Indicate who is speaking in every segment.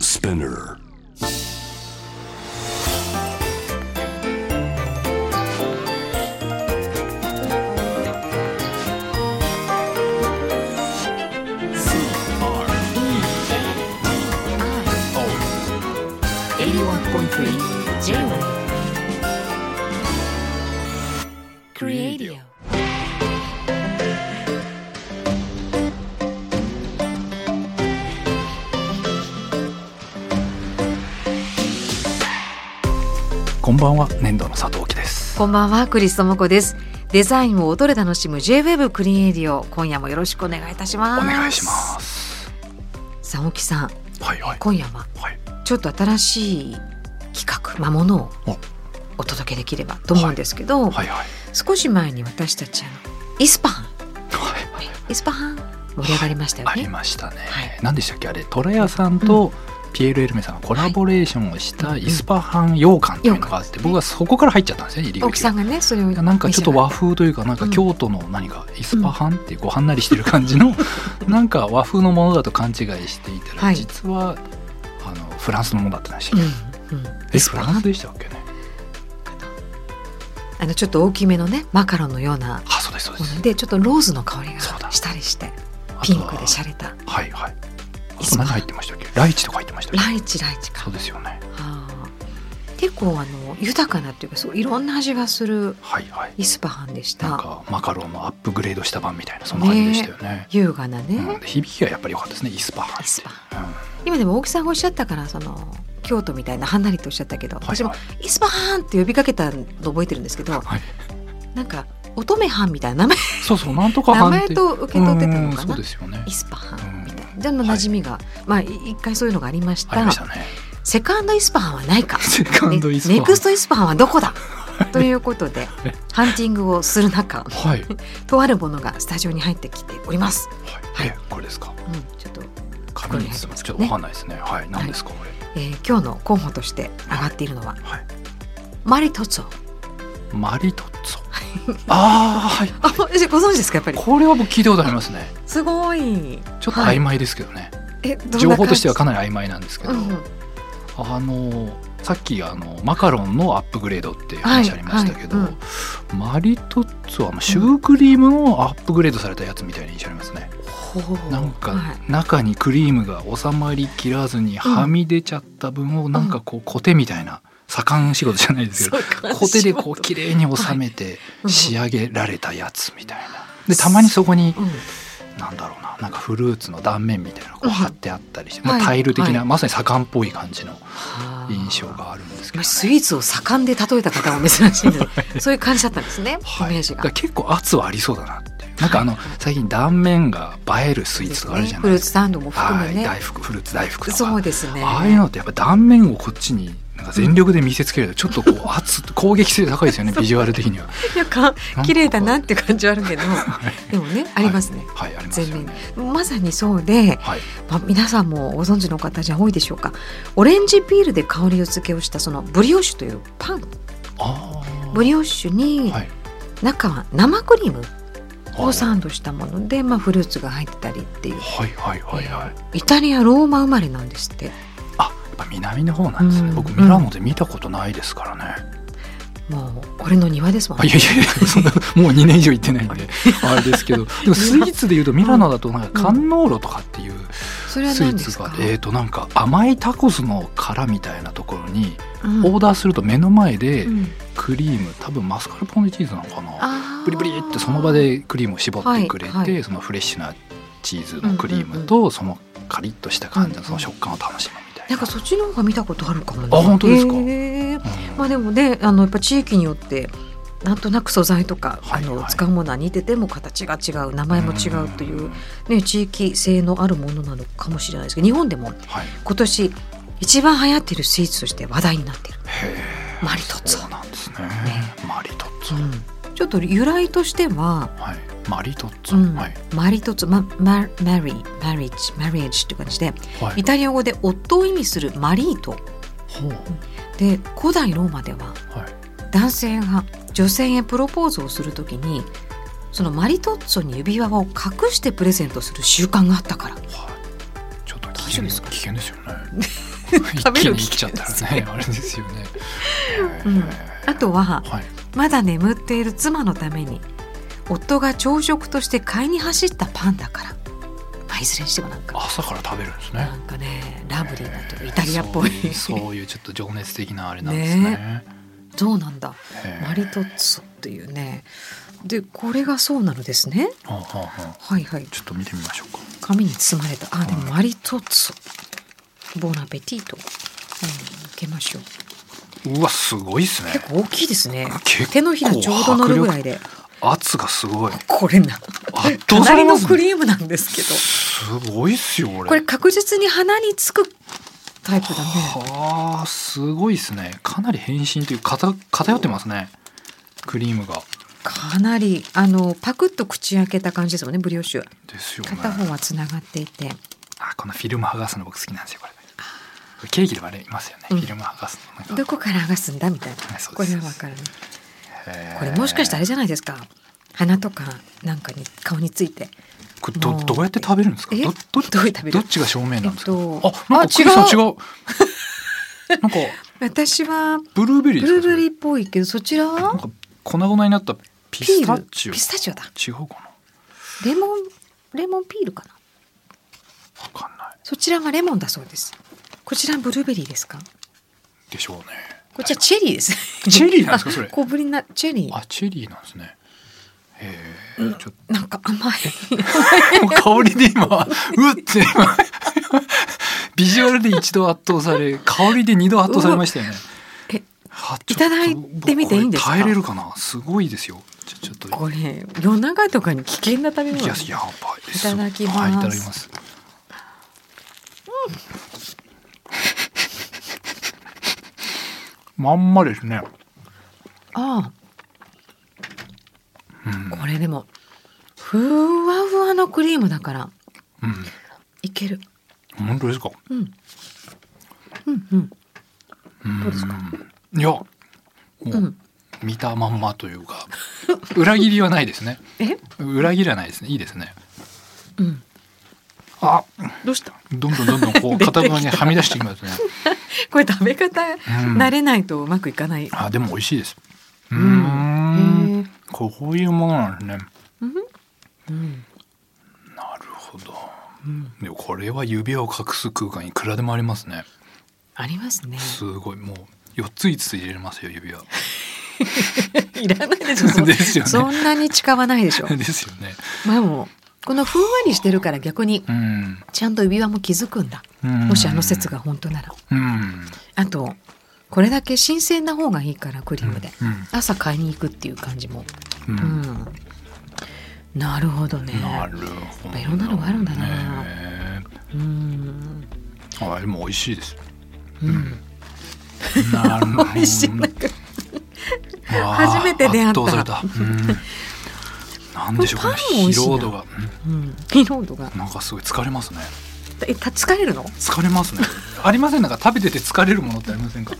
Speaker 1: Spinner.
Speaker 2: 81.3 J-Wave Creadio
Speaker 3: こんばんは粘土の佐藤貴です
Speaker 2: こんばんはクリス智子ですデザインを音で楽しむ J-Wave クリエイディオ今夜もよろしくお願いいたしま
Speaker 3: お
Speaker 2: す
Speaker 3: 願いします
Speaker 2: さあ沖さん
Speaker 3: はいはい
Speaker 2: 今夜は
Speaker 3: はい
Speaker 2: ちょっと新しい企画まあものを
Speaker 3: お
Speaker 2: お届けできれば と思うんですけど、
Speaker 3: はいはい
Speaker 2: 少し前に私たちあのイスパハン
Speaker 3: はい
Speaker 2: イスパハン盛り上がりましたよ
Speaker 3: あり
Speaker 2: ね、
Speaker 3: ましたね、
Speaker 2: はい
Speaker 3: 何でしたっけあれトラヤさんとピエール・エルメさんがコラボレーションをしたイスパハン羊羹っていうのがあって
Speaker 2: うん
Speaker 3: 僕はそこから入っちゃったんですね入り
Speaker 2: 沖
Speaker 3: 口
Speaker 2: さ
Speaker 3: が
Speaker 2: んがねそれを
Speaker 3: なんかちょっと和
Speaker 2: 召し
Speaker 3: 風というかなんか
Speaker 2: うん
Speaker 3: 京都の何かイスパハンってごはんなりしてる感じのなんか和風のものだと勘違いしていたら、
Speaker 2: はい
Speaker 3: 実はあのフランスのものだったんでした
Speaker 2: 上
Speaker 3: っ
Speaker 2: が
Speaker 3: け、
Speaker 2: るうんうん
Speaker 3: え
Speaker 2: イス
Speaker 3: フ
Speaker 2: パ
Speaker 3: ラ
Speaker 2: ハ
Speaker 3: ンス
Speaker 2: ン
Speaker 3: でしたっけね
Speaker 2: あのちょっと大きめのねマカロンのような
Speaker 3: あそうですそうで
Speaker 2: もの
Speaker 3: す
Speaker 2: でちょっとローズの香りが
Speaker 3: そうだ
Speaker 2: したりして
Speaker 3: あとは
Speaker 2: ピンクで洒落た
Speaker 3: はいはいあ
Speaker 2: イ
Speaker 3: と
Speaker 2: ス
Speaker 3: 何
Speaker 2: パハン
Speaker 3: 入ってましたっけライチとか入ってましたっけ
Speaker 2: ライチライチか
Speaker 3: そうですよね
Speaker 2: あー結構あの豊かなっていうかすごいいろんな味がする
Speaker 3: はいはい
Speaker 2: イスパハンでし
Speaker 3: なん
Speaker 2: た
Speaker 3: かマカロンのアップグレードした版みたいなそんな感じでしたよね。
Speaker 2: 優雅なね、
Speaker 3: うん、響きがやっぱり良かったですねイスパハンって
Speaker 2: イスパハ
Speaker 3: うん
Speaker 2: 今でも大木さんがおっしゃったからその京都みたいなはんなりとおっしゃったけど、
Speaker 3: はい
Speaker 2: 私も「イスパハン!」って呼びかけたの覚えてるんですけど、
Speaker 3: はい
Speaker 2: なんか乙女ハンみたいな名前
Speaker 3: そうそうなんとかハ
Speaker 2: 名
Speaker 3: ン
Speaker 2: 前と受け取ってたのか
Speaker 3: そう
Speaker 2: な
Speaker 3: ですよね
Speaker 2: イスパハンみたい
Speaker 3: うん
Speaker 2: なでも馴染みが、まあい一回そういうのがありまし
Speaker 3: あり
Speaker 2: た
Speaker 3: ましたね
Speaker 2: セカンドイスパハンはないか
Speaker 3: セカンドイスパ
Speaker 2: ね
Speaker 3: ハン
Speaker 2: ネクストイスパハンはどこだということでハンティングをする中
Speaker 3: はい
Speaker 2: とあるものがスタジオに入ってきております、
Speaker 3: はいえこれですか
Speaker 2: うん、ちょっと、
Speaker 3: 紙に包むちょっとわかんないですねはい何ですかこれ
Speaker 2: えー今日の候補として上がっているのは、
Speaker 3: はい
Speaker 2: マリトッツォ
Speaker 3: マリトッツ ォああはい
Speaker 2: あご存知ですかやっぱり
Speaker 3: これは僕聞いたことありますね
Speaker 2: すごい
Speaker 3: ちょっと
Speaker 2: はい
Speaker 3: 曖昧ですけどね、
Speaker 2: えどんな感じ
Speaker 3: 情報としてはかなり曖昧なんですけど、
Speaker 2: うんうん
Speaker 3: あのさっきあのマカロンのアップグレードっていう話ありましたけど、
Speaker 2: はいは
Speaker 3: マリトッツォはあのシュークリームのアップグレードされたやつみたいな印象ありますね、
Speaker 2: ほう
Speaker 3: なんか
Speaker 2: はい
Speaker 3: 中にクリームが収まりきらずにはみ出ちゃった分をなんかこうコテみたいな左官仕事じゃないですけどコテでこう綺麗に収めて
Speaker 2: うん
Speaker 3: 仕上げられたやつみたいな。でたまにそこに
Speaker 2: うん
Speaker 3: なんだろうななんかフルーツの断面みたいなのがこ
Speaker 2: う
Speaker 3: うん貼ってあったりして、
Speaker 2: は
Speaker 3: ま
Speaker 2: い
Speaker 3: あ、タイル的な、
Speaker 2: はい
Speaker 3: まさに左官っぽい感じの
Speaker 2: はあ
Speaker 3: 印象があるんですけど、ね、
Speaker 2: スイーツを盛んで例えた方も珍しいのでそういう感じだったんですね、
Speaker 3: は
Speaker 2: イメ
Speaker 3: い、
Speaker 2: ージ
Speaker 3: だ
Speaker 2: が
Speaker 3: から。結構圧はありそうだなっていうなんかあの、最近断面が映えるスイーツとかあるじゃ
Speaker 2: フ
Speaker 3: ないで
Speaker 2: ルーツ
Speaker 3: す
Speaker 2: サンドも
Speaker 3: か、
Speaker 2: 含
Speaker 3: は
Speaker 2: め
Speaker 3: い
Speaker 2: ね。
Speaker 3: 大福フルーツ大福と
Speaker 2: そう
Speaker 3: か、
Speaker 2: ですね。
Speaker 3: ああいうのってやっぱ断面をこっちになんか全力で見せつけるとちょっとこう圧攻撃性高いです よねビジュアル的には
Speaker 2: なんか
Speaker 3: なんか
Speaker 2: 綺麗だなって感じはあるけど、でもねありますね。
Speaker 3: はいありますよね
Speaker 2: まさにそうで、
Speaker 3: はい
Speaker 2: まあ、皆さんもご存知の方じゃ多いでしょうかオレンジピールで香りを付けをしたそのブリオッシュというパン
Speaker 3: あー
Speaker 2: ブリオッシュに
Speaker 3: はい
Speaker 2: 中は生クリーム
Speaker 3: あ
Speaker 2: を
Speaker 3: ー
Speaker 2: サンドしたもので、まあ、フルーツが入ってたりっていう
Speaker 3: はいはいはいはいやっ
Speaker 2: イタリアローマ生まれなんですって
Speaker 3: ぱ南の方なんですね、
Speaker 2: うん
Speaker 3: 僕ミラノで見たことないですからね、
Speaker 2: もうこれの庭ですもん
Speaker 3: あいやいやいやそんなもう2年以上行ってないんであれですけどでもスイーツでいうとミラノだとなんかカンノーロとかっていう
Speaker 2: それは
Speaker 3: スイ
Speaker 2: 何
Speaker 3: ー
Speaker 2: で
Speaker 3: ツ
Speaker 2: す
Speaker 3: が
Speaker 2: か
Speaker 3: えー、となんか甘いタコスの殻みたいなところに
Speaker 2: うん
Speaker 3: オーダーすると目の前で
Speaker 2: うん
Speaker 3: クリーム多分マスカルポーネチーズなのかな
Speaker 2: あー
Speaker 3: ブリブリってその場でクリームを絞ってくれて、
Speaker 2: はいはい
Speaker 3: そのフレッシュなチーズのクリームとそのカリッとした感じのその食感を楽しむみたいな。
Speaker 2: なんかそっちの方が見たことあるかもね
Speaker 3: あ本当ですか
Speaker 2: へー
Speaker 3: うん
Speaker 2: まあでもねあのやっぱ地域によってなんとなく素材とか、
Speaker 3: はいはい
Speaker 2: あの使うものは似てても形が違う名前も違うという、
Speaker 3: ん
Speaker 2: ね、地域性のあるものなのかもしれないですけど日本でも
Speaker 3: はい、
Speaker 2: 今年一番流行っているスイーツとして話題になっている、
Speaker 3: へー
Speaker 2: マリトッツォ
Speaker 3: そうなんですね
Speaker 2: ね
Speaker 3: マリトッツォ、
Speaker 2: ちょっと由来としては
Speaker 3: はい、マリトッツ
Speaker 2: う
Speaker 3: ォ、
Speaker 2: ん
Speaker 3: はい、
Speaker 2: マリトッツォ、ま、ママリマリッジマリエッジっていう感じで
Speaker 3: はい
Speaker 2: イタリア語で夫を意味するマリート
Speaker 3: ほう
Speaker 2: で古代ローマでは
Speaker 3: はい
Speaker 2: 男性が女性へプロポーズをするときにそのマリトッツォに指輪を隠してプレゼントする習慣があったから
Speaker 3: はいちょっと危
Speaker 2: 大丈夫
Speaker 3: 険
Speaker 2: です
Speaker 3: 危
Speaker 2: か
Speaker 3: 険ですよね一気にいっちゃったらねあれですよね。
Speaker 2: うんあとは
Speaker 3: はい、
Speaker 2: まだ眠っている妻のために夫が朝食として買いに走ったパンだから、まあ、いずれにしてもなんか
Speaker 3: 朝から食べるんですね
Speaker 2: な。んかねラブリーなというかイタリアっぽい
Speaker 3: そういう そういうちょっと情熱的なあれなんですね。
Speaker 2: そうなんだ
Speaker 3: へえ
Speaker 2: マリトッツォっていうねでこれがそうなのですね
Speaker 3: はあはあはあ
Speaker 2: はいはい
Speaker 3: ちょっと見てみましょうか。
Speaker 2: 紙に包まれたあでも
Speaker 3: はい
Speaker 2: マリトッツォボナペティート、うん、いけましょう
Speaker 3: うわすごいですね。
Speaker 2: 結構大きいですね
Speaker 3: 結構
Speaker 2: 手のひらちょうど乗るぐらいで
Speaker 3: 圧がす ごい。
Speaker 2: これな
Speaker 3: 圧
Speaker 2: か
Speaker 3: 倒
Speaker 2: な
Speaker 3: さ
Speaker 2: り
Speaker 3: れま
Speaker 2: の
Speaker 3: す
Speaker 2: ク
Speaker 3: ね。
Speaker 2: リームなんですけど
Speaker 3: すごいっすよこれ。
Speaker 2: これ確実に鼻につくタイプだね
Speaker 3: はあすごいですね。かなり変身というかた偏ってますね。クリームが
Speaker 2: かなりあのパクッと口開けた感じですもんねブリオッシュは
Speaker 3: ですよね。
Speaker 2: 片方はつながっていて
Speaker 3: あこのフィルム剥がすの僕好きなんですよこれ。これケーキでもあれいますよね。
Speaker 2: うん
Speaker 3: フィルム剥がすのなんか
Speaker 2: どこから剥がすんだみたい
Speaker 3: はい
Speaker 2: な
Speaker 3: そう
Speaker 2: こ
Speaker 3: です
Speaker 2: れはわかるね
Speaker 3: へえ
Speaker 2: これもしかしたらあれじゃないですか鼻とかなんかに顔について
Speaker 3: これど
Speaker 2: もう
Speaker 3: どうやって食べるんですか。
Speaker 2: え
Speaker 3: どど
Speaker 2: どうやって食べる
Speaker 3: どっちが正面なんですか。
Speaker 2: えっと
Speaker 3: あなんかクリスさん
Speaker 2: あ
Speaker 3: 違
Speaker 2: 違
Speaker 3: う。なんか
Speaker 2: 私は
Speaker 3: ブルーベリー
Speaker 2: ブ
Speaker 3: です
Speaker 2: ル
Speaker 3: か。
Speaker 2: ーベリ
Speaker 3: ー。
Speaker 2: ーっぽいけどそちら
Speaker 3: なん
Speaker 2: は
Speaker 3: か粉々になったピ
Speaker 2: ピ
Speaker 3: ス
Speaker 2: ー
Speaker 3: タ
Speaker 2: ル
Speaker 3: チオ。
Speaker 2: ピスタチオだ
Speaker 3: 違うかな。
Speaker 2: レモンレモンピールかな
Speaker 3: わかんない
Speaker 2: そちらがレモンだそうですこちらブルーベリーですか
Speaker 3: でしょうね。
Speaker 2: こちらチェリーです
Speaker 3: チェリーなんですか それ
Speaker 2: 小ぶりなチェリー
Speaker 3: あチェリーなんですね。へえ、ちょっ
Speaker 2: なんか甘い
Speaker 3: と香りで今うって今ビジュアルで一度圧倒され香りで二度圧倒されましたよね。
Speaker 2: え
Speaker 3: はい
Speaker 2: ただいてみていいんですか
Speaker 3: ちょっと僕これ耐えれるかな。すごいですよ。ちょちょっと
Speaker 2: これ夜中とかに危険な食べ
Speaker 3: い
Speaker 2: 物
Speaker 3: ややばいです。
Speaker 2: いただきます
Speaker 3: はいいただきます。まんまですね。
Speaker 2: あ
Speaker 3: うん
Speaker 2: あこれでもふわふわのクリームだから
Speaker 3: う
Speaker 2: いける
Speaker 3: ん、本当ですか。
Speaker 2: うんうんうん
Speaker 3: ど
Speaker 2: うですか。
Speaker 3: いや、も
Speaker 2: う
Speaker 3: うん見たまんまというか、裏切りはないですね。
Speaker 2: え
Speaker 3: 裏切らないですね。いいですね。
Speaker 2: うん
Speaker 3: あ、
Speaker 2: どうした
Speaker 3: どんどんどんどんこう
Speaker 2: 出てきた
Speaker 3: 片側にはみ出していきますね。
Speaker 2: これ食べ方
Speaker 3: ん
Speaker 2: 慣れないとうまくいかない、
Speaker 3: あ、でも美味しいです。う
Speaker 2: う
Speaker 3: ー
Speaker 2: へ
Speaker 3: ん
Speaker 2: え、
Speaker 3: こういうものなんですね。
Speaker 2: うんうん
Speaker 3: なるほど。
Speaker 2: うん
Speaker 3: でもこれは指輪を隠す空間いくらでもありますね。
Speaker 2: ありますね
Speaker 3: すごいもう四つ五つ入れれますよ指輪。
Speaker 2: いらない でしょそん
Speaker 3: ですよね
Speaker 2: そんなに誓わないで し ょ
Speaker 3: ですよね。
Speaker 2: まあもうこのふんわりしてるから逆に
Speaker 3: うん。
Speaker 2: ちゃんと指輪も気づくんだ
Speaker 3: うん
Speaker 2: もしあの説が。本当なら
Speaker 3: うん。
Speaker 2: あとこれだけ新鮮な方がいいからクリームで、
Speaker 3: うん
Speaker 2: 朝買いに行くっていう感じも、
Speaker 3: うん。
Speaker 2: う
Speaker 3: うん
Speaker 2: んなるほどね
Speaker 3: なるほど、
Speaker 2: いろんなのがあるんだな
Speaker 3: ね
Speaker 2: うん、
Speaker 3: えあでも美味しいです。
Speaker 2: うん、
Speaker 3: なる ほど
Speaker 2: 美味しいなんか
Speaker 3: わあ
Speaker 2: 初めて出会った
Speaker 3: 圧倒された。うん。なんでしょうこの
Speaker 2: このパンも美味しいな
Speaker 3: 疲労度が、
Speaker 2: うん疲労度が
Speaker 3: うんなんかすごい疲れますね。
Speaker 2: えた疲れるの
Speaker 3: 疲れますね。ありませんなんか食べてて疲れるものってありませんか。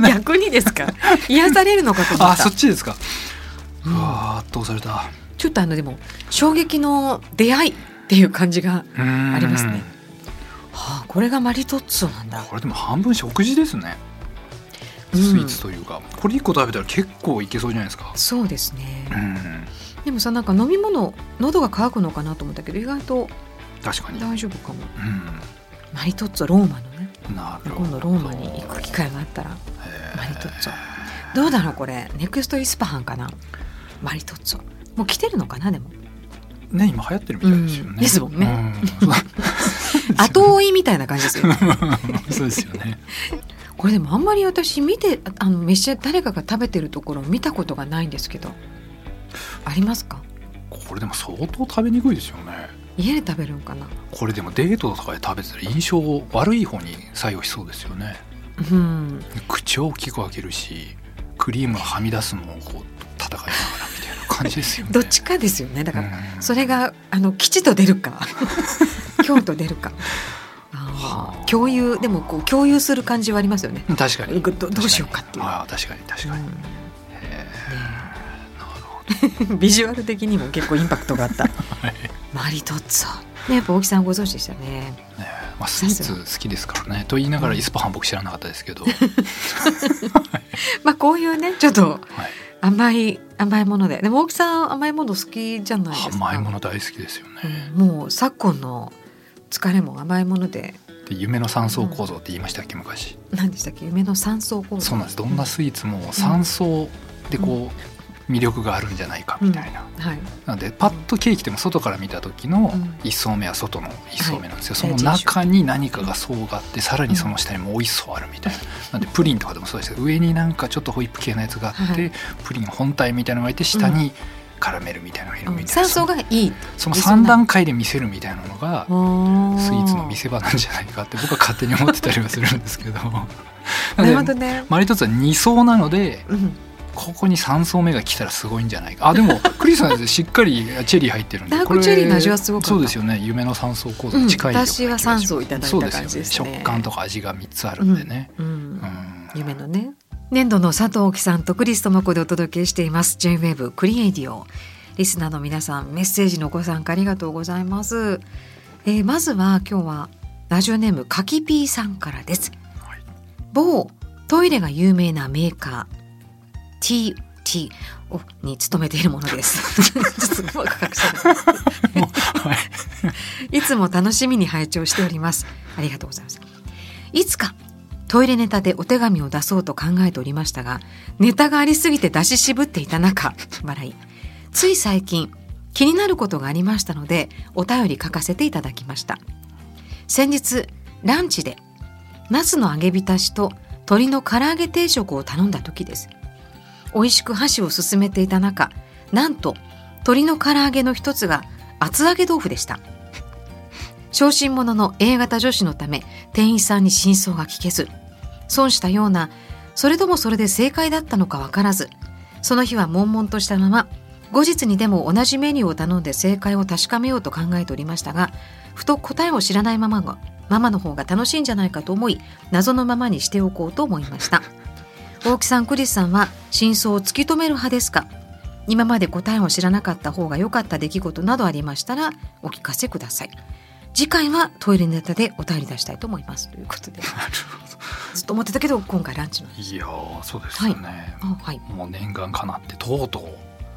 Speaker 2: 逆にですか癒されるのかと思
Speaker 3: あ
Speaker 2: った
Speaker 3: そっちですか。うわあ圧倒された。
Speaker 2: ちょっとあのでも衝撃の出会いっていう感じが、
Speaker 3: うん
Speaker 2: ありますね。はあ、これがマリトッツォなんだ
Speaker 3: これでも半分食事ですね。
Speaker 2: う
Speaker 3: スイ
Speaker 2: ん
Speaker 3: ーツというか、これ一個食べたら結構いけそうじゃないですか。
Speaker 2: そうですね
Speaker 3: うん。
Speaker 2: でもさなんか飲み物喉が渇くのかなと思ったけど意外と
Speaker 3: 確かに。
Speaker 2: 大丈夫かも
Speaker 3: う
Speaker 2: マリトッツォローマのね
Speaker 3: ん。なるほど。
Speaker 2: 今度ローマに行く機会があったら
Speaker 3: へ
Speaker 2: マリトッツォどうだろうこれネクストイスパハンかなマリトッツォもう来てるのかなでも
Speaker 3: えね今流行ってるみたいですよね。
Speaker 2: うんですもんね
Speaker 3: うん。
Speaker 2: 後追いみたいな感じですよ
Speaker 3: そうですよね。
Speaker 2: これでもあんまり私見てああの召し誰かが食べてるところを見たことがないんですけどありますか
Speaker 3: これでも相当食べにくいですよね。
Speaker 2: 家で食べるのかな
Speaker 3: これでもデートとかで食べてたら印象悪い方に作用しそうですよね。
Speaker 2: うん
Speaker 3: 口を大きく開けるし、クリームがはみ出すのをこう戦いながらみたいな感じですよね。
Speaker 2: どっちかですよねだ
Speaker 3: う
Speaker 2: から、
Speaker 3: ん
Speaker 2: それがあの吉と出る か京と出るかあー
Speaker 3: はあ
Speaker 2: 共有でもこう共有する感じはありますよね
Speaker 3: 確かに
Speaker 2: どどうしようかっていう
Speaker 3: ああ確かに確かに、
Speaker 2: うんねビジュアル的に も結構インパクトがあった、マリトッツォねやっぱ大木さんご存知でしたね
Speaker 3: ねまあ、スイーツ好きですからねと言いながらイスパハン僕知らなかったですけ ど、
Speaker 2: まあこういうねちょっと
Speaker 3: はい、
Speaker 2: 甘い甘いものででも大木さん甘いもの好きじゃないですか
Speaker 3: 甘いもの大好きですよね、
Speaker 2: うんもう昨今の疲れも甘いもので
Speaker 3: で夢の三層構造って言いましたっけ昔、
Speaker 2: 何でしたっけ夢の三層構造
Speaker 3: そうなんですどんなスイーツも三層でこう魅力があるんじゃないかみたいな、
Speaker 2: はい
Speaker 3: なのでパッとケーキでも外から見た時の
Speaker 2: うん
Speaker 3: 1層目は外の1層目なんですよ、
Speaker 2: はい
Speaker 3: その中に何かが層があってさらにその下にもう1層あるみたいな、なんでプリンとかでもそうですけど上になんかちょっとホイップ系のやつがあって、
Speaker 2: はい
Speaker 3: プリン本体みたいなのがいて下にカラメルみたいなのがいるみたいな、
Speaker 2: 三層がいい
Speaker 3: その3段階で見せるみたいなのが
Speaker 2: スイー
Speaker 3: スイーツの見せ場なんじゃないかって僕は勝手に思ってたりはするんです けどな
Speaker 2: なるほ
Speaker 3: の
Speaker 2: ど
Speaker 3: で
Speaker 2: ね、
Speaker 3: マリトッツォは2層なので
Speaker 2: うん、
Speaker 3: ここに3層目が来たらすごいんじゃないかあでもクリスさんしっかりチェリー入ってるんで
Speaker 2: ダーク
Speaker 3: これ
Speaker 2: チェリーの味はすごかった
Speaker 3: そうですよね夢の3層構造に近いような気がします
Speaker 2: うん私は三層いただいた感じですね
Speaker 3: そうよ食感とか味が3つあるんでね、
Speaker 2: うん
Speaker 3: うん
Speaker 2: 夢のね年度の佐藤貴さんとクリスとの子でお届けしています J-WAVE クリエイディオリスナーの皆さんメッセージのご参加ありがとうございます、えーまずは今日はラジオネームかきぴーさんからです、
Speaker 3: はい
Speaker 2: 某トイレが有名なメーカー TT をに勤めているものです ちょっとうまく隠せな い
Speaker 3: もうはい
Speaker 2: いつも楽しみに拝聴しております。ありがとうございます。いつかトイレネタでお手紙を出そうと考えておりましたが、ネタがありすぎて出し渋っていた中、笑い。つい最近、気になることがありましたので、お便り書かせていただきました。先日、ランチで、ナスの揚げ浸しと鶏の唐揚げ定食を頼んだ時です。美味しく箸を進めていた中、なんと、鶏の唐揚げの一つが厚揚げ豆腐でした。小心者の A 型女子のため店員さんに真相が聞けず損したようなそれともそれで正解だったのか分からずその日は悶々としたまま後日にでも同じメニューを頼んで正解を確かめようと考えておりましたがふと答えを知らないままがママの方が楽しいんじゃないかと思い謎のままにしておこうと思いました 大木さんクリスさんは真相を突き止める派ですか今まで答えを知らなかった方が良かった出来事などありましたらお聞かせください次回はトイレネタでお便り出したいと思いますということで
Speaker 3: なるほ
Speaker 2: ずっと思ってたけど今回ランチの
Speaker 3: どいやーそうですよね、
Speaker 2: あはい
Speaker 3: もう念願かなってとうとう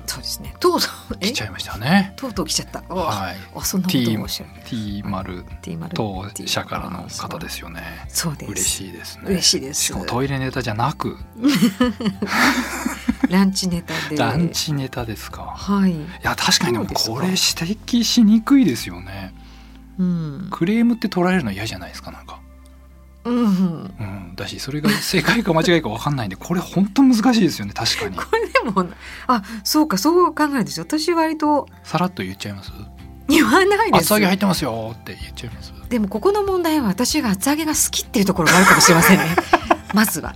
Speaker 2: そうですねとうとうえ
Speaker 3: 来ちゃいましたね
Speaker 2: とうとう来ちゃったあ
Speaker 3: はい
Speaker 2: あそんなこと
Speaker 3: T,
Speaker 2: もおっしゃる
Speaker 3: T 丸
Speaker 2: T 丸
Speaker 3: 当社からの方ですすよね
Speaker 2: そうです
Speaker 3: 嬉しいですね
Speaker 2: 嬉しいです
Speaker 3: しかもトイレネタじゃなく
Speaker 2: ランチネタで
Speaker 3: ランチネタですか
Speaker 2: はい
Speaker 3: いや確かにでも
Speaker 2: そうですか
Speaker 3: これ指摘しにくいですよね
Speaker 2: うん
Speaker 3: クレームって取られるの嫌じゃないですかなんか
Speaker 2: うんうん
Speaker 3: うんだしそれが正解か間違いか分かんないんでこれ本当難しいですよね確かに
Speaker 2: これでもあそうかそう考えるでしょ私割と
Speaker 3: さらっと言っちゃいます
Speaker 2: 言わないです
Speaker 3: 厚揚げ入ってますよって言っちゃいます
Speaker 2: でもここの問題は私が厚揚げが好きっていうところがあるかもしれませんねまずは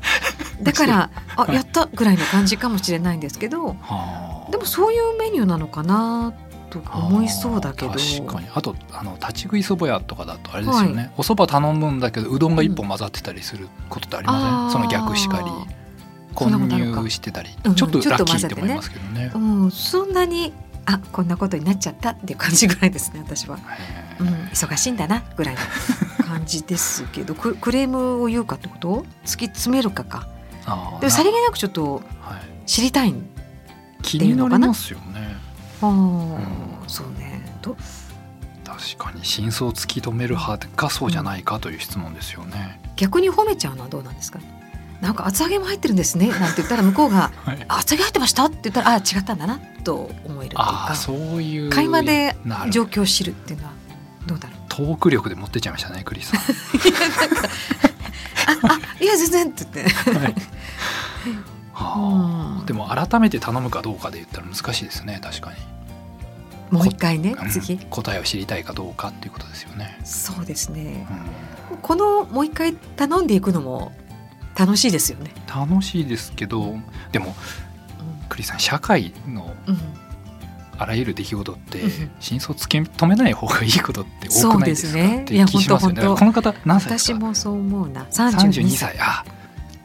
Speaker 2: だから あやったぐらいの感じかもしれないんですけど
Speaker 3: はあ
Speaker 2: でもそういうメニューなのかなと思いそうだけど
Speaker 3: あー確かにあとあの立ち食いそば屋とかだとあれですよね、おそば頼むんだけどうどんが一本混ざってたりすることってありません、
Speaker 2: あー
Speaker 3: その逆しかり
Speaker 2: そ
Speaker 3: 混
Speaker 2: んなことあるか
Speaker 3: 入してたり
Speaker 2: うん
Speaker 3: ちょっと
Speaker 2: ちょっ
Speaker 3: ラ
Speaker 2: と
Speaker 3: ッ
Speaker 2: 混
Speaker 3: キーって
Speaker 2: ぜ
Speaker 3: て
Speaker 2: ね
Speaker 3: 思いますけどね
Speaker 2: うんそんなにあこんなことになっちゃったっていう感じぐらいですね 私は、
Speaker 3: へー
Speaker 2: うん、忙しいんだなぐらいの感じですけどククレームを言うかってこと突き詰めるかか
Speaker 3: あー
Speaker 2: でもさりげなくちょっと
Speaker 3: はい、
Speaker 2: 知りたいん
Speaker 3: 気になりますよね
Speaker 2: あー、
Speaker 3: うん
Speaker 2: そうねと
Speaker 3: 確かに真相を突き止める派かそうじゃないかという質問ですよね、
Speaker 2: 逆に褒めちゃうのはどうなんですかなんか厚揚げも入ってるんですねなんて言ったら向こうが
Speaker 3: はい
Speaker 2: 「厚揚げ入ってました?」って言ったら「あ違ったんだな」と思えるという
Speaker 3: ああ
Speaker 2: か
Speaker 3: そういう
Speaker 2: 会話で
Speaker 3: なる
Speaker 2: 状況を知るっていうのはどうだろう
Speaker 3: トーク力で持ってっちゃいましたねクリスさ
Speaker 2: ああいや全然って言って、
Speaker 3: ん、はい、 はあ
Speaker 2: うん
Speaker 3: でも改めて頼むかどうかで言ったら難しいですね確かに
Speaker 2: もう一回ね
Speaker 3: うん
Speaker 2: 次
Speaker 3: 答えを知りたいかどうかっていうことですよね。
Speaker 2: そうです
Speaker 3: う
Speaker 2: ね
Speaker 3: ん、
Speaker 2: このもう一回頼んでいくのも楽しいですよね、
Speaker 3: 楽しいですけどでもクリスさん社会の
Speaker 2: うん
Speaker 3: あらゆる出来事って
Speaker 2: うん
Speaker 3: 真相を突き止めない方がいいことって多くないです
Speaker 2: そうですね
Speaker 3: かって気しますよね。
Speaker 2: い
Speaker 3: だか
Speaker 2: や
Speaker 3: ら
Speaker 2: 本
Speaker 3: この方何歳です
Speaker 2: 私
Speaker 3: か
Speaker 2: もそう思うな
Speaker 3: 三十
Speaker 2: 32
Speaker 3: 二
Speaker 2: 歳
Speaker 3: 歳あ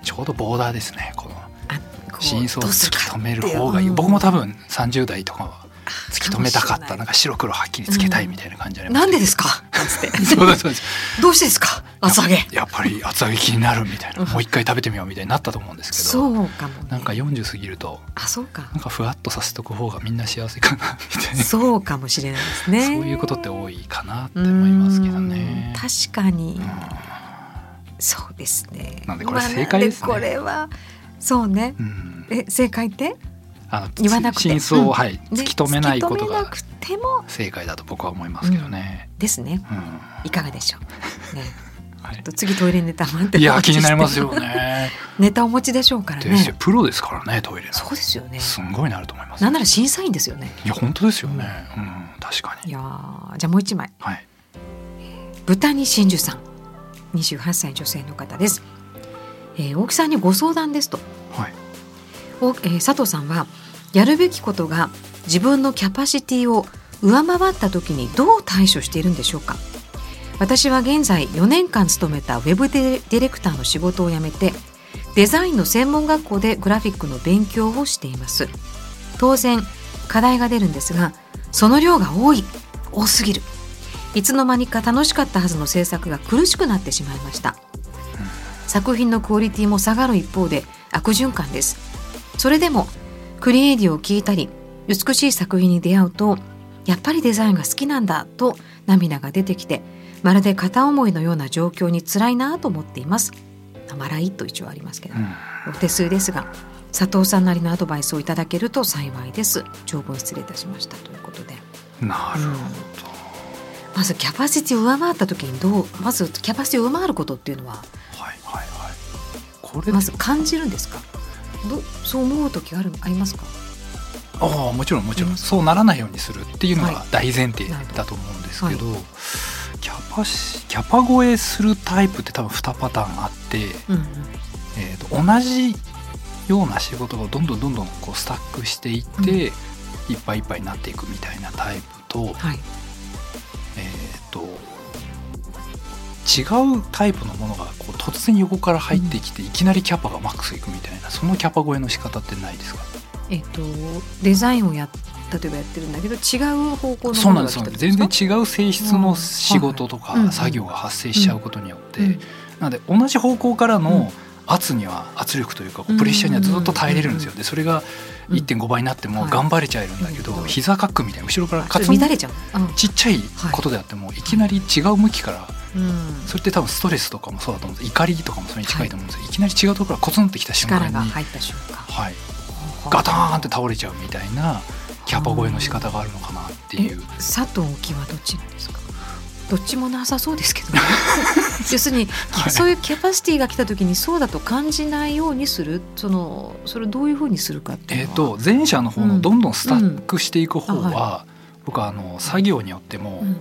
Speaker 3: ちょうどボーダーですねこの
Speaker 2: こう
Speaker 3: 真相を
Speaker 2: どうす
Speaker 3: 突
Speaker 2: る
Speaker 3: き止
Speaker 2: かって
Speaker 3: め
Speaker 2: う
Speaker 3: る方がいい、
Speaker 2: うん
Speaker 3: 僕も多分三十代とかは
Speaker 2: あ
Speaker 3: 突き止めたかっ
Speaker 2: も
Speaker 3: た
Speaker 2: しれ
Speaker 3: なん
Speaker 2: な
Speaker 3: か白黒はっきりつけたいみたいな感じじゃ
Speaker 2: い
Speaker 3: りま
Speaker 2: な
Speaker 3: す
Speaker 2: んでですかかっつって
Speaker 3: そうですそうです
Speaker 2: どうしてですか厚揚げ
Speaker 3: やっぱり厚揚げ気になるみたいな
Speaker 2: うん
Speaker 3: もう一回食べてみようみたいになったと思うんですけど
Speaker 2: そうかも、ね、
Speaker 3: なんか40過ぎると
Speaker 2: あそうか
Speaker 3: なんかふわっとさせとく方がみんな幸せかなみたいなそ
Speaker 2: そうかもしれないです
Speaker 3: う
Speaker 2: ね
Speaker 3: いうことって多いかなって思いますけどね
Speaker 2: う。ん確かに、
Speaker 3: う
Speaker 2: そうですね
Speaker 3: なんでこれ正解ですね
Speaker 2: まあなんこれはそうね
Speaker 3: んうん
Speaker 2: え正解って
Speaker 3: あの
Speaker 2: 言わなくて
Speaker 3: 真相
Speaker 2: うん
Speaker 3: を、はい、
Speaker 2: ね
Speaker 3: 突き止めないこと
Speaker 2: 突き止めな
Speaker 3: が
Speaker 2: くても
Speaker 3: 正解だと僕は思いますけどね。
Speaker 2: ですね
Speaker 3: うん
Speaker 2: いかがでしょうね
Speaker 3: は
Speaker 2: ち
Speaker 3: い
Speaker 2: ょっと次トイレネタ待って
Speaker 3: い
Speaker 2: い
Speaker 3: や気になりますよね。
Speaker 2: ネタお持ちでしょうから
Speaker 3: で
Speaker 2: ね
Speaker 3: プロですからねトイレの。
Speaker 2: そうですよね
Speaker 3: すんごいなると思います。
Speaker 2: なんなら審査員ですよね
Speaker 3: いや本当ですよね。うん確か
Speaker 2: い
Speaker 3: に。
Speaker 2: やーじゃあもう一枚
Speaker 3: はい。
Speaker 2: 豚に真珠さん28歳女性の方です、えー大木さんにご相談ですと
Speaker 3: はい。
Speaker 2: おえー佐藤さんはやるべきことが自分のキャパシティを上回った時にどう対処しているんでしょうか私は現在4年間勤めたウェブディレクターの仕事を辞めてデザインの専門学校でグラフィックの勉強をしています当然課題が出るんですがその量が多い多すぎるいつの間にか楽しかったはずの制作が苦しくなってしまいました作品のクオリティも下がる一方で悪循環ですそれでもクリエイディを聞いたり美しい作品に出会うとやっぱりデザインが好きなんだと涙が出てきてまるで片思いのような状況に辛いなと思っています。笑いと一応ありますけど、
Speaker 3: うん
Speaker 2: お手数ですが佐藤さんなりのアドバイスをいただけると幸いです。長文失礼いたしましたということで
Speaker 3: なるほど。
Speaker 2: まずキャパシティを上回った時にどうまずキャパシティを上回ることっていうのは
Speaker 3: はいはいはい。これ
Speaker 2: まず感じるんですかどうそう思う時あるありますか
Speaker 3: ああもちろんもちろ
Speaker 2: うん
Speaker 3: んそうならないようにするっていうの
Speaker 2: は
Speaker 3: が大前提だと思うんですけど、キャパしキャパ超えするタイプって多分2パターンあって、
Speaker 2: うんうん
Speaker 3: えー、と同じような仕事がどんどんどんどんこうスタックしていって、いっぱいいっぱいになっていくみたいなタイプと,、
Speaker 2: はい
Speaker 3: えー、と違うタイプのものがこう突然横から入ってきて、いきなりキャパがマックスいくみたいなそのキャパ超えの仕方ってないですか
Speaker 2: えっと、デザインをやっ例えばやってるんだけど違う方向の
Speaker 3: そうなんです
Speaker 2: も
Speaker 3: そうなん
Speaker 2: のが来たってこと
Speaker 3: です全
Speaker 2: か
Speaker 3: 然違う性質の仕事と
Speaker 2: うんはいはい
Speaker 3: か作業が発生しちゃうことによって、
Speaker 2: うん
Speaker 3: なので同じ方向から
Speaker 2: うん
Speaker 3: の圧には圧力というかこ
Speaker 2: うん
Speaker 3: うプレッシャーにはずっと耐えれるんですよ
Speaker 2: う
Speaker 3: でそれが
Speaker 2: うん
Speaker 3: 1.5倍になっても
Speaker 2: はい
Speaker 3: 頑張れちゃえるんだけど、
Speaker 2: うん
Speaker 3: 膝カックみたいな後ろから
Speaker 2: あちょ
Speaker 3: カ
Speaker 2: っ
Speaker 3: ツ
Speaker 2: と
Speaker 3: ン
Speaker 2: 乱れちゃう、
Speaker 3: ちっちゃいことであってもいきなり違う向きから
Speaker 2: うんうん
Speaker 3: それって多分ストレスとかもそうだと思うんです怒りとかもそれに近いと思うんですよ、い、きなり違うところからコツンってきた瞬間
Speaker 2: 力
Speaker 3: に、
Speaker 2: が
Speaker 3: はい
Speaker 2: 入った瞬間
Speaker 3: ガターンって倒れちゃうみたいなキャパ超えの仕方があるのかなっていう。
Speaker 2: 佐藤沖はどっちなんですかどっちもなさそうですけど、ね、 要するに、
Speaker 3: はい
Speaker 2: そういうキャパシティが来た時にそうだと感じないようにするそのそれをどういうふうにするかってい
Speaker 3: え
Speaker 2: う
Speaker 3: ー、
Speaker 2: のは
Speaker 3: と前者の方
Speaker 2: うん
Speaker 3: のどんどんスタックしていく方は、
Speaker 2: うんあ
Speaker 3: 僕はあの作業によっても
Speaker 2: うん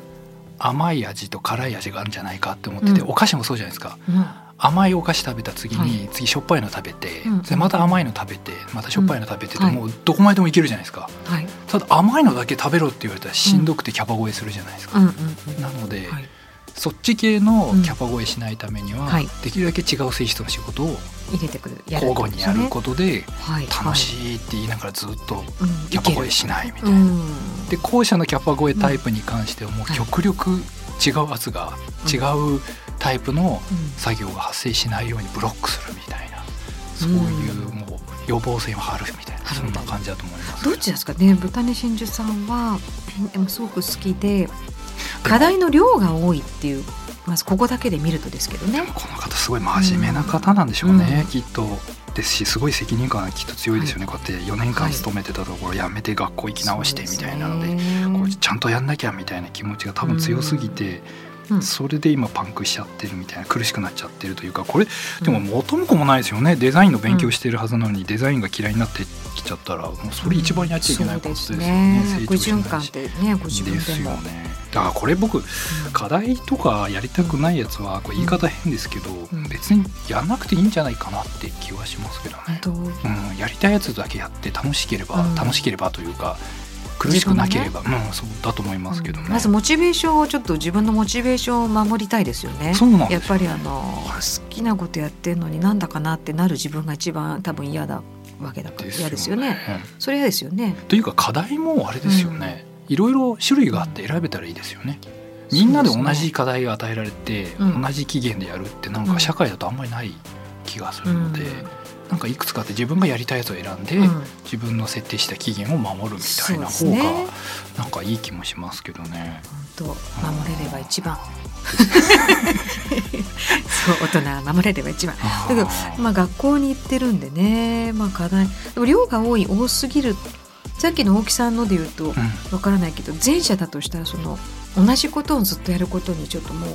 Speaker 3: 甘い味と辛い味があるんじゃないかって思ってて、
Speaker 2: うん
Speaker 3: お菓子もそうじゃないですか
Speaker 2: まあ
Speaker 3: 甘いお菓子食べた次に、
Speaker 2: はい
Speaker 3: 次しょっぱいの食べて、
Speaker 2: うん
Speaker 3: でまた甘いの食べてまたしょっぱいの食べて
Speaker 2: う
Speaker 3: で
Speaker 2: んはい
Speaker 3: もうどこまででもいけるじゃないですか
Speaker 2: はい
Speaker 3: ただ甘いのだけ食べろって言われたらしんどくてキャパ超えするじゃないですか、
Speaker 2: うんうん
Speaker 3: なので、
Speaker 2: うんはい
Speaker 3: そっち系のキャパ超えしないためには、
Speaker 2: うんはい
Speaker 3: できるだけ違う性質の仕事を
Speaker 2: 入れてくるやる
Speaker 3: 交互にやることで
Speaker 2: とはい
Speaker 3: 楽しいって言いながらずっと
Speaker 2: はいうん
Speaker 3: キャパ超
Speaker 2: い
Speaker 3: え
Speaker 2: け
Speaker 3: しないみたい
Speaker 2: る
Speaker 3: な。
Speaker 2: うん
Speaker 3: で後者のキャパ超えタイプに関してはもう
Speaker 2: はい
Speaker 3: 極力違う圧が
Speaker 2: うん
Speaker 3: 違うタイプの
Speaker 2: うん
Speaker 3: 作業が発生しないようにブロックするみたいなそういう
Speaker 2: うん
Speaker 3: もう予防線を張るみたいな
Speaker 2: 張
Speaker 3: そ
Speaker 2: るみ
Speaker 3: ん
Speaker 2: た
Speaker 3: ない
Speaker 2: な
Speaker 3: 感じだと思います。
Speaker 2: どっちですかね豚に真珠さんはでもすごく好きで課題の量が多いっていうまずここだけで見るとですけどね
Speaker 3: この方すごい真面目な方なんでしょう
Speaker 2: う
Speaker 3: ね
Speaker 2: ん、
Speaker 3: きっとですしすごい責任感がきっと強いですよね、こうやって4年間勤めてたところ辞めて学校行き直してみたいなので
Speaker 2: そうすね
Speaker 3: こうちゃんとやんなきゃみたいな気持ちが多分強すぎて、
Speaker 2: うん
Speaker 3: それで今パンクしちゃってるみたいな苦しくなっちゃってるというかこれでも元も子もないですよねデザインの勉強してるはずなのにデザインが嫌いになってきちゃったらもうそれ一番やっちゃいけないことですよね。
Speaker 2: そ
Speaker 3: 成長
Speaker 2: うです
Speaker 3: し
Speaker 2: ね悪循
Speaker 3: な
Speaker 2: 環
Speaker 3: い
Speaker 2: っ
Speaker 3: して
Speaker 2: ねご自分
Speaker 3: です
Speaker 2: で
Speaker 3: よ
Speaker 2: も
Speaker 3: ね。だからこれ僕
Speaker 2: うん
Speaker 3: 課題とかやりたくないやつはこれ言い方変ですけど、
Speaker 2: ん
Speaker 3: 別にやんなくていいんじゃないかなって気はしますけど
Speaker 2: 本
Speaker 3: ね。
Speaker 2: 当
Speaker 3: うん、やりたいやつだけやって楽しければ、
Speaker 2: うん
Speaker 3: 楽しければというか苦しくなければ、うんそうだと思いますけどね。
Speaker 2: まずモチベーションをちょっと自分のモチベーションを守りたいですよね
Speaker 3: そうなんですよ
Speaker 2: やっぱりあの好きなことやってるのになんだかなってなる自分が一番多分嫌だわけだから嫌ですよね。
Speaker 3: うん
Speaker 2: それ嫌ですよね
Speaker 3: というか課題もあれですよね、いろいろ種類があって選べたらいいですよね。みんなで同じ課題を与えられて、
Speaker 2: うん
Speaker 3: 同じ期限でやるってなん
Speaker 2: う
Speaker 3: か
Speaker 2: ん
Speaker 3: 社会だとあんまりない気がす
Speaker 2: う
Speaker 3: るの
Speaker 2: ん
Speaker 3: で、なんかいくつかあって自分がやりたいやつを選んで、
Speaker 2: うん
Speaker 3: 自分の設定した期限を守るみたいな方
Speaker 2: そうですね
Speaker 3: がなんかいい気もしますけどね。
Speaker 2: 本当守れれば一番 そう大人は守れれば一番
Speaker 3: あ
Speaker 2: だけど
Speaker 3: ー
Speaker 2: まあ学校に行ってるんでねまあ課題でも量が多い多すぎるさっきの大木さんので言うと
Speaker 3: うん
Speaker 2: わからないけど前者だとしたらその同じことをずっとやることにちょっとも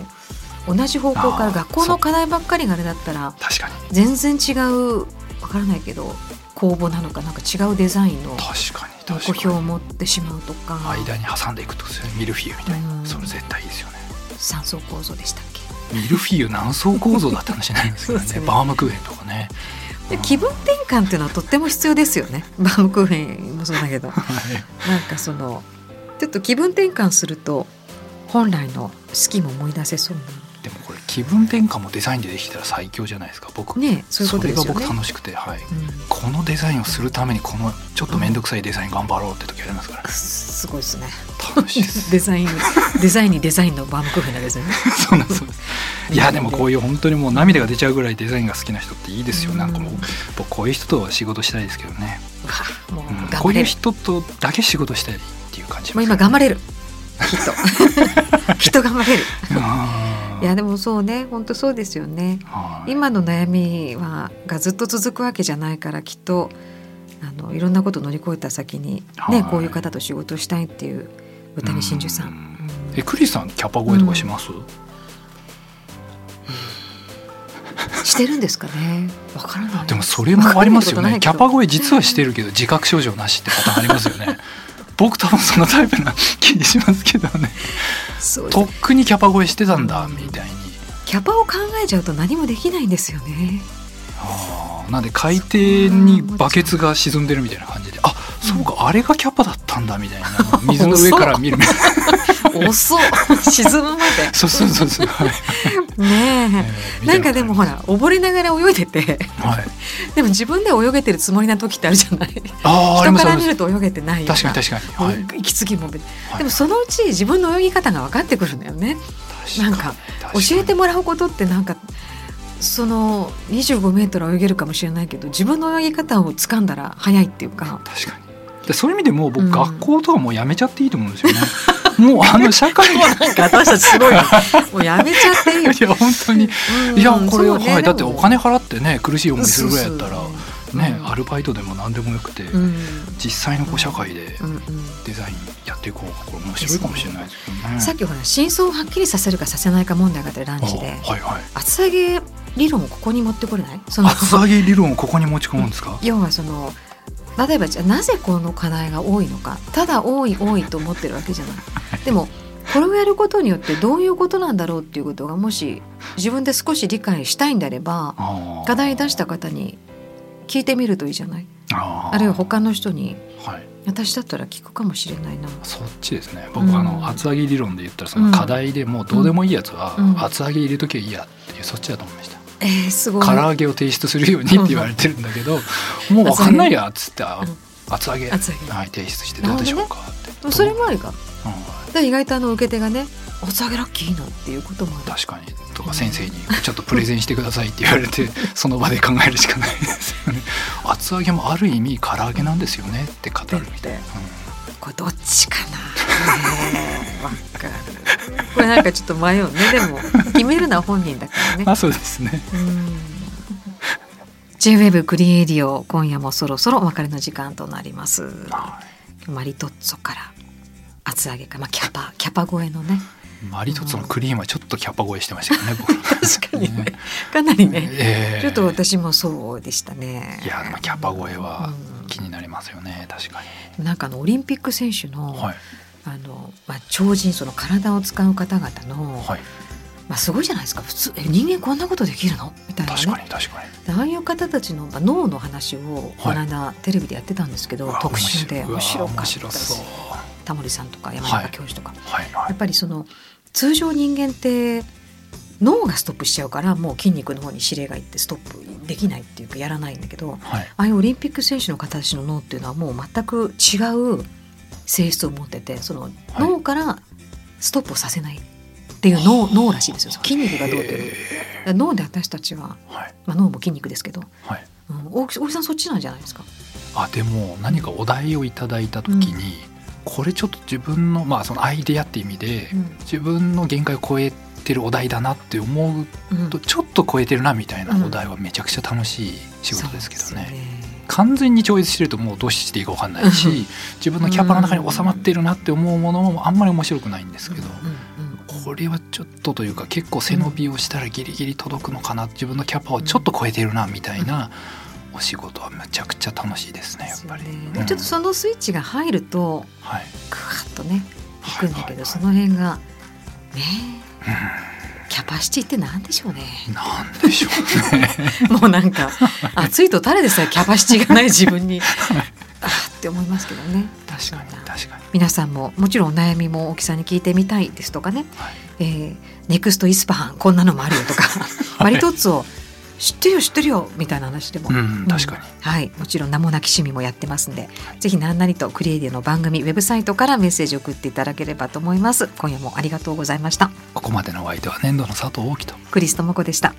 Speaker 2: う同じ方向か
Speaker 3: あ
Speaker 2: ら
Speaker 3: ー
Speaker 2: 学校
Speaker 3: そ
Speaker 2: の
Speaker 3: う
Speaker 2: 課題ばっかりがあれだったら
Speaker 3: 確かに
Speaker 2: 全然違うわからないけど公募なのかなんか違うデザインの
Speaker 3: 確かに
Speaker 2: 目
Speaker 3: 確
Speaker 2: 標
Speaker 3: か
Speaker 2: を
Speaker 3: に
Speaker 2: 持ってしまうとか
Speaker 3: 間に挟んでいくとですねミルフィーユみたいな、
Speaker 2: うん
Speaker 3: それ絶対いいですよね。
Speaker 2: 三層構造でしたっけ
Speaker 3: ミルフィーユ何層構造だって話になりますけど
Speaker 2: そう
Speaker 3: ね
Speaker 2: ですね
Speaker 3: バームクーヘンとかね。
Speaker 2: で気分転換っていうのはとっても必要ですよねバームクーヘンもそうだけど
Speaker 3: はい
Speaker 2: なんかそのちょっと気分転換すると本来の好きも思い出せそうな
Speaker 3: でもこれ気分転換もデザインでできたら最強じゃないですか僕
Speaker 2: ねそういうこ
Speaker 3: そ
Speaker 2: と
Speaker 3: れ
Speaker 2: で
Speaker 3: が
Speaker 2: すよ
Speaker 3: 僕
Speaker 2: ね。
Speaker 3: 楽しくて、はい、
Speaker 2: うん
Speaker 3: このデザインをするためにこのちょっと面倒くさいデザイン頑張ろうって時ありますから
Speaker 2: くすごい ですね。
Speaker 3: 楽しいです
Speaker 2: デザインデザインにデザインのバームクーヘンな んですよね。
Speaker 3: そうなんですそうなんですいやでもこう
Speaker 2: い
Speaker 3: いう本当にもう涙が出ちゃうぐらいデザインが好きな人っていいですよ、
Speaker 2: うん
Speaker 3: なんかもう僕こういう人とは仕事したいですけどね、
Speaker 2: うわもう
Speaker 3: うん
Speaker 2: 頑
Speaker 3: こ
Speaker 2: 張
Speaker 3: うい
Speaker 2: れ
Speaker 3: う
Speaker 2: る。
Speaker 3: 人とだけ仕事したいっていう感じ
Speaker 2: もう今頑張れる。きっ ときっと頑張れる。
Speaker 3: あ
Speaker 2: いやでもそうね本当そうですよね。今の悩みはがずっと続くわけじゃないからきっとあのいろんなことを乗り越えた先に、
Speaker 3: は
Speaker 2: ね
Speaker 3: い
Speaker 2: こういう方と仕事したいっていう宇谷真珠さん。
Speaker 3: んえクリスさんキャパ声とかします、
Speaker 2: してるんですかね。わからない。
Speaker 3: でもそれもありますよ
Speaker 2: わか
Speaker 3: ね
Speaker 2: んない
Speaker 3: キ
Speaker 2: こ
Speaker 3: ャ
Speaker 2: とな
Speaker 3: パ
Speaker 2: い
Speaker 3: 声実はしてるけど自覚症状なしってパターンありますよ ね僕多分そのタイプな気にしますけどね
Speaker 2: けど そうです
Speaker 3: とっくにキャパ声してたんだみたいに
Speaker 2: キャパを考えちゃうと何もできないんですよ ね。
Speaker 3: あーなんで海底にバケツが沈んでるみたいな感じであそうかあれがキャパだったんだみたいな水の上から見る みたいな
Speaker 2: 遅っ沈むま
Speaker 3: そうそうそうそう、はい
Speaker 2: で。ねえ。
Speaker 3: えー
Speaker 2: なんかでもほら溺れながら泳いでて
Speaker 3: はい、
Speaker 2: でも自分で泳げてるつもりな時ってあるじゃない人
Speaker 3: あーありま
Speaker 2: か
Speaker 3: すありま
Speaker 2: ら見
Speaker 3: す
Speaker 2: ると泳げてないよう
Speaker 3: 確
Speaker 2: な
Speaker 3: かに確かに、はい、
Speaker 2: 息継ぎも別に
Speaker 3: はい
Speaker 2: でもそのうち自分の泳ぎ方が分かってくるんだよねなんか教えて
Speaker 3: も
Speaker 2: もらうことってなんかその25メートル泳げるかもしれないけど自分の泳ぎ方を掴んだら早いっていうか
Speaker 3: 確かにでそういう意味でもう僕、
Speaker 2: うん
Speaker 3: 学校とかもうやめちゃっていいと思うんですよね もうあの社会は
Speaker 2: なんか私たちすごいね もうやめちゃっていいよ
Speaker 3: いや本当に
Speaker 2: う ん
Speaker 3: いやこれ、
Speaker 2: そうね
Speaker 3: はい、
Speaker 2: で
Speaker 3: だ
Speaker 2: も
Speaker 3: ってお金払ってね苦しい思いするぐらいやったら
Speaker 2: そうそう
Speaker 3: ね、
Speaker 2: うん
Speaker 3: アルバイトでも何でもよくて、
Speaker 2: うん
Speaker 3: 実際のこう社会で
Speaker 2: うん
Speaker 3: デザインやっていこうかこれ面白いかもしれないですよ
Speaker 2: う
Speaker 3: ね。
Speaker 2: ん、さっきほら真相をはっきりさせるかさせないか問題があってランチで
Speaker 3: あはいはい。
Speaker 2: 厚揚げ理論をここに持ってこれないその
Speaker 3: 厚揚げ理論をここに持ち込むんですか。
Speaker 2: 要はその例えばじゃあなぜこの課題が多いのかただ多い多いと思ってるわけじゃないでもこれをやることによってどういうことなんだろうっていうことがもし自分で少し理解したいんであれば
Speaker 3: あー
Speaker 2: 課題出した。方に聞いてみるといいじゃない
Speaker 3: あー
Speaker 2: あるいは他の人に
Speaker 3: はい。
Speaker 2: 私だったら聞くかもしれないな
Speaker 3: そっちですね。僕、
Speaker 2: うん
Speaker 3: あの厚揚げ理論で言ったらその課題でもうどうでもいいやつは
Speaker 2: うん
Speaker 3: 厚揚げ入れときゃいいやっていうそっちだと思いました。
Speaker 2: えー、すごい
Speaker 3: 唐揚げを提出するようにって言われてるんだけど、もうわかんないやっつってあ
Speaker 2: うん
Speaker 3: 厚揚げ
Speaker 2: 厚揚げ
Speaker 3: はい提出してどうでしょうかって。
Speaker 2: それ
Speaker 3: う
Speaker 2: もありか
Speaker 3: ん
Speaker 2: だから意外とあの受け手がね「お下げラッキーな」っていうこともある
Speaker 3: 確かにとか先生にちょっとプレゼンしてくださいって言われて その場で考えるしかないですよね厚揚げもある意味唐揚げなんですよねって語るみたいな、
Speaker 2: これどっちかなねえわかるこれなんかちょっと迷うねでも決めるのは本人だから
Speaker 3: う
Speaker 2: ね
Speaker 3: ん、あそうですね
Speaker 2: うん J-WEB クリエイディオ今夜もそろそろお別れの時間となりますマリトッツォから厚揚げか、まあ、キャパキャパ超えのね
Speaker 3: マリトッツォのクリームはちょっとキャパ超えしてましたよ ね僕
Speaker 2: 確かにねかなりね
Speaker 3: ええ
Speaker 2: ちょっと私もそうでしたね
Speaker 3: いやでもキャパ超えは
Speaker 2: うん
Speaker 3: 気になりますよね確かに
Speaker 2: なんかあのオリンピック選手の,、
Speaker 3: はい
Speaker 2: あのまあ、超人その体を使う方々の、
Speaker 3: はい
Speaker 2: まあ、すごいじゃないですか普通え人間こんなことできるのみたいな
Speaker 3: 確か
Speaker 2: ね
Speaker 3: に確かに
Speaker 2: でああいう方たちの、まあ、脳の話をこの間、テレビでやってたんですけど
Speaker 3: うわ
Speaker 2: 特集で面
Speaker 3: 面白
Speaker 2: 白
Speaker 3: いう
Speaker 2: かっ
Speaker 3: わ
Speaker 2: た
Speaker 3: 面
Speaker 2: し
Speaker 3: 白そう
Speaker 2: タモリさんとか山中教授とか、
Speaker 3: はいは
Speaker 2: や
Speaker 3: い
Speaker 2: っぱりその通常人間って脳がストップしちゃうからもう筋肉の方に指令がいってストップできないっていうかやらないんだけど
Speaker 3: はい
Speaker 2: ああいうオリンピック選手の方たちの脳っていうのはもう全く違う性質を持っててその
Speaker 3: はい
Speaker 2: 脳からストップをさせないっていう脳脳らしいですよ筋肉がどうっていうの
Speaker 3: え
Speaker 2: だから脳で私たちは、
Speaker 3: ーはい
Speaker 2: まあ、脳も筋肉ですけど、
Speaker 3: はい
Speaker 2: うん、大木大木さんそっちなんじゃないですか
Speaker 3: あでも何かお題をいただいた時に、これちょっと自分のまあそのアイデアって意味で、
Speaker 2: うん
Speaker 3: 自分の限界を超えてるお題だなって思う
Speaker 2: うん
Speaker 3: とちょっと超えてるなみたいな
Speaker 2: うん
Speaker 3: お題はめちゃくちゃ楽しい仕事ですけど
Speaker 2: そう
Speaker 3: ね。
Speaker 2: ですよ
Speaker 3: 完全に超越してるともうどうしていいか分かんないし
Speaker 2: うん
Speaker 3: 自分のキャパの中に収まってるなって思うものもあんまり面白くないんですけど、
Speaker 2: うんうんうん
Speaker 3: これはちょっとというか結構背伸びをしたらギリギリ届くのかな自分のキャパをちょっと超えてるなみたいなお仕事はめちゃくちゃ楽しいですねやっぱり。
Speaker 2: ですよね
Speaker 3: うん
Speaker 2: ちょっとそのスイッチが入ると
Speaker 3: はい
Speaker 2: クワッとねいくんだ
Speaker 3: はいはい
Speaker 2: け
Speaker 3: は
Speaker 2: ど
Speaker 3: い
Speaker 2: その辺がねえキャパシティってなんでしょうね
Speaker 3: なんでしょうね。
Speaker 2: もうなんか暑いと誰でさえキャパシティがない自 分にあーって思いますけどね
Speaker 3: 確かに
Speaker 2: そんな
Speaker 3: 確かに。
Speaker 2: 皆さんももちろんお悩みも大きさんに聞いてみたいですとかね
Speaker 3: はい
Speaker 2: 「えーネクストイスパハンこんなのもあるよ」とか「マリトッツォ知ってるよ知ってるよ」みたいな話でも
Speaker 3: うん確かに
Speaker 2: うん。はい、もちろん名もなき趣味もやってますんで、ぜひなんなりとクリエイティブの番組ウェブサイトからメッセージを送っていただければと思います今夜もありがとうございました
Speaker 3: ここまでのお相手は年度の佐藤大樹と
Speaker 2: クリストモコでした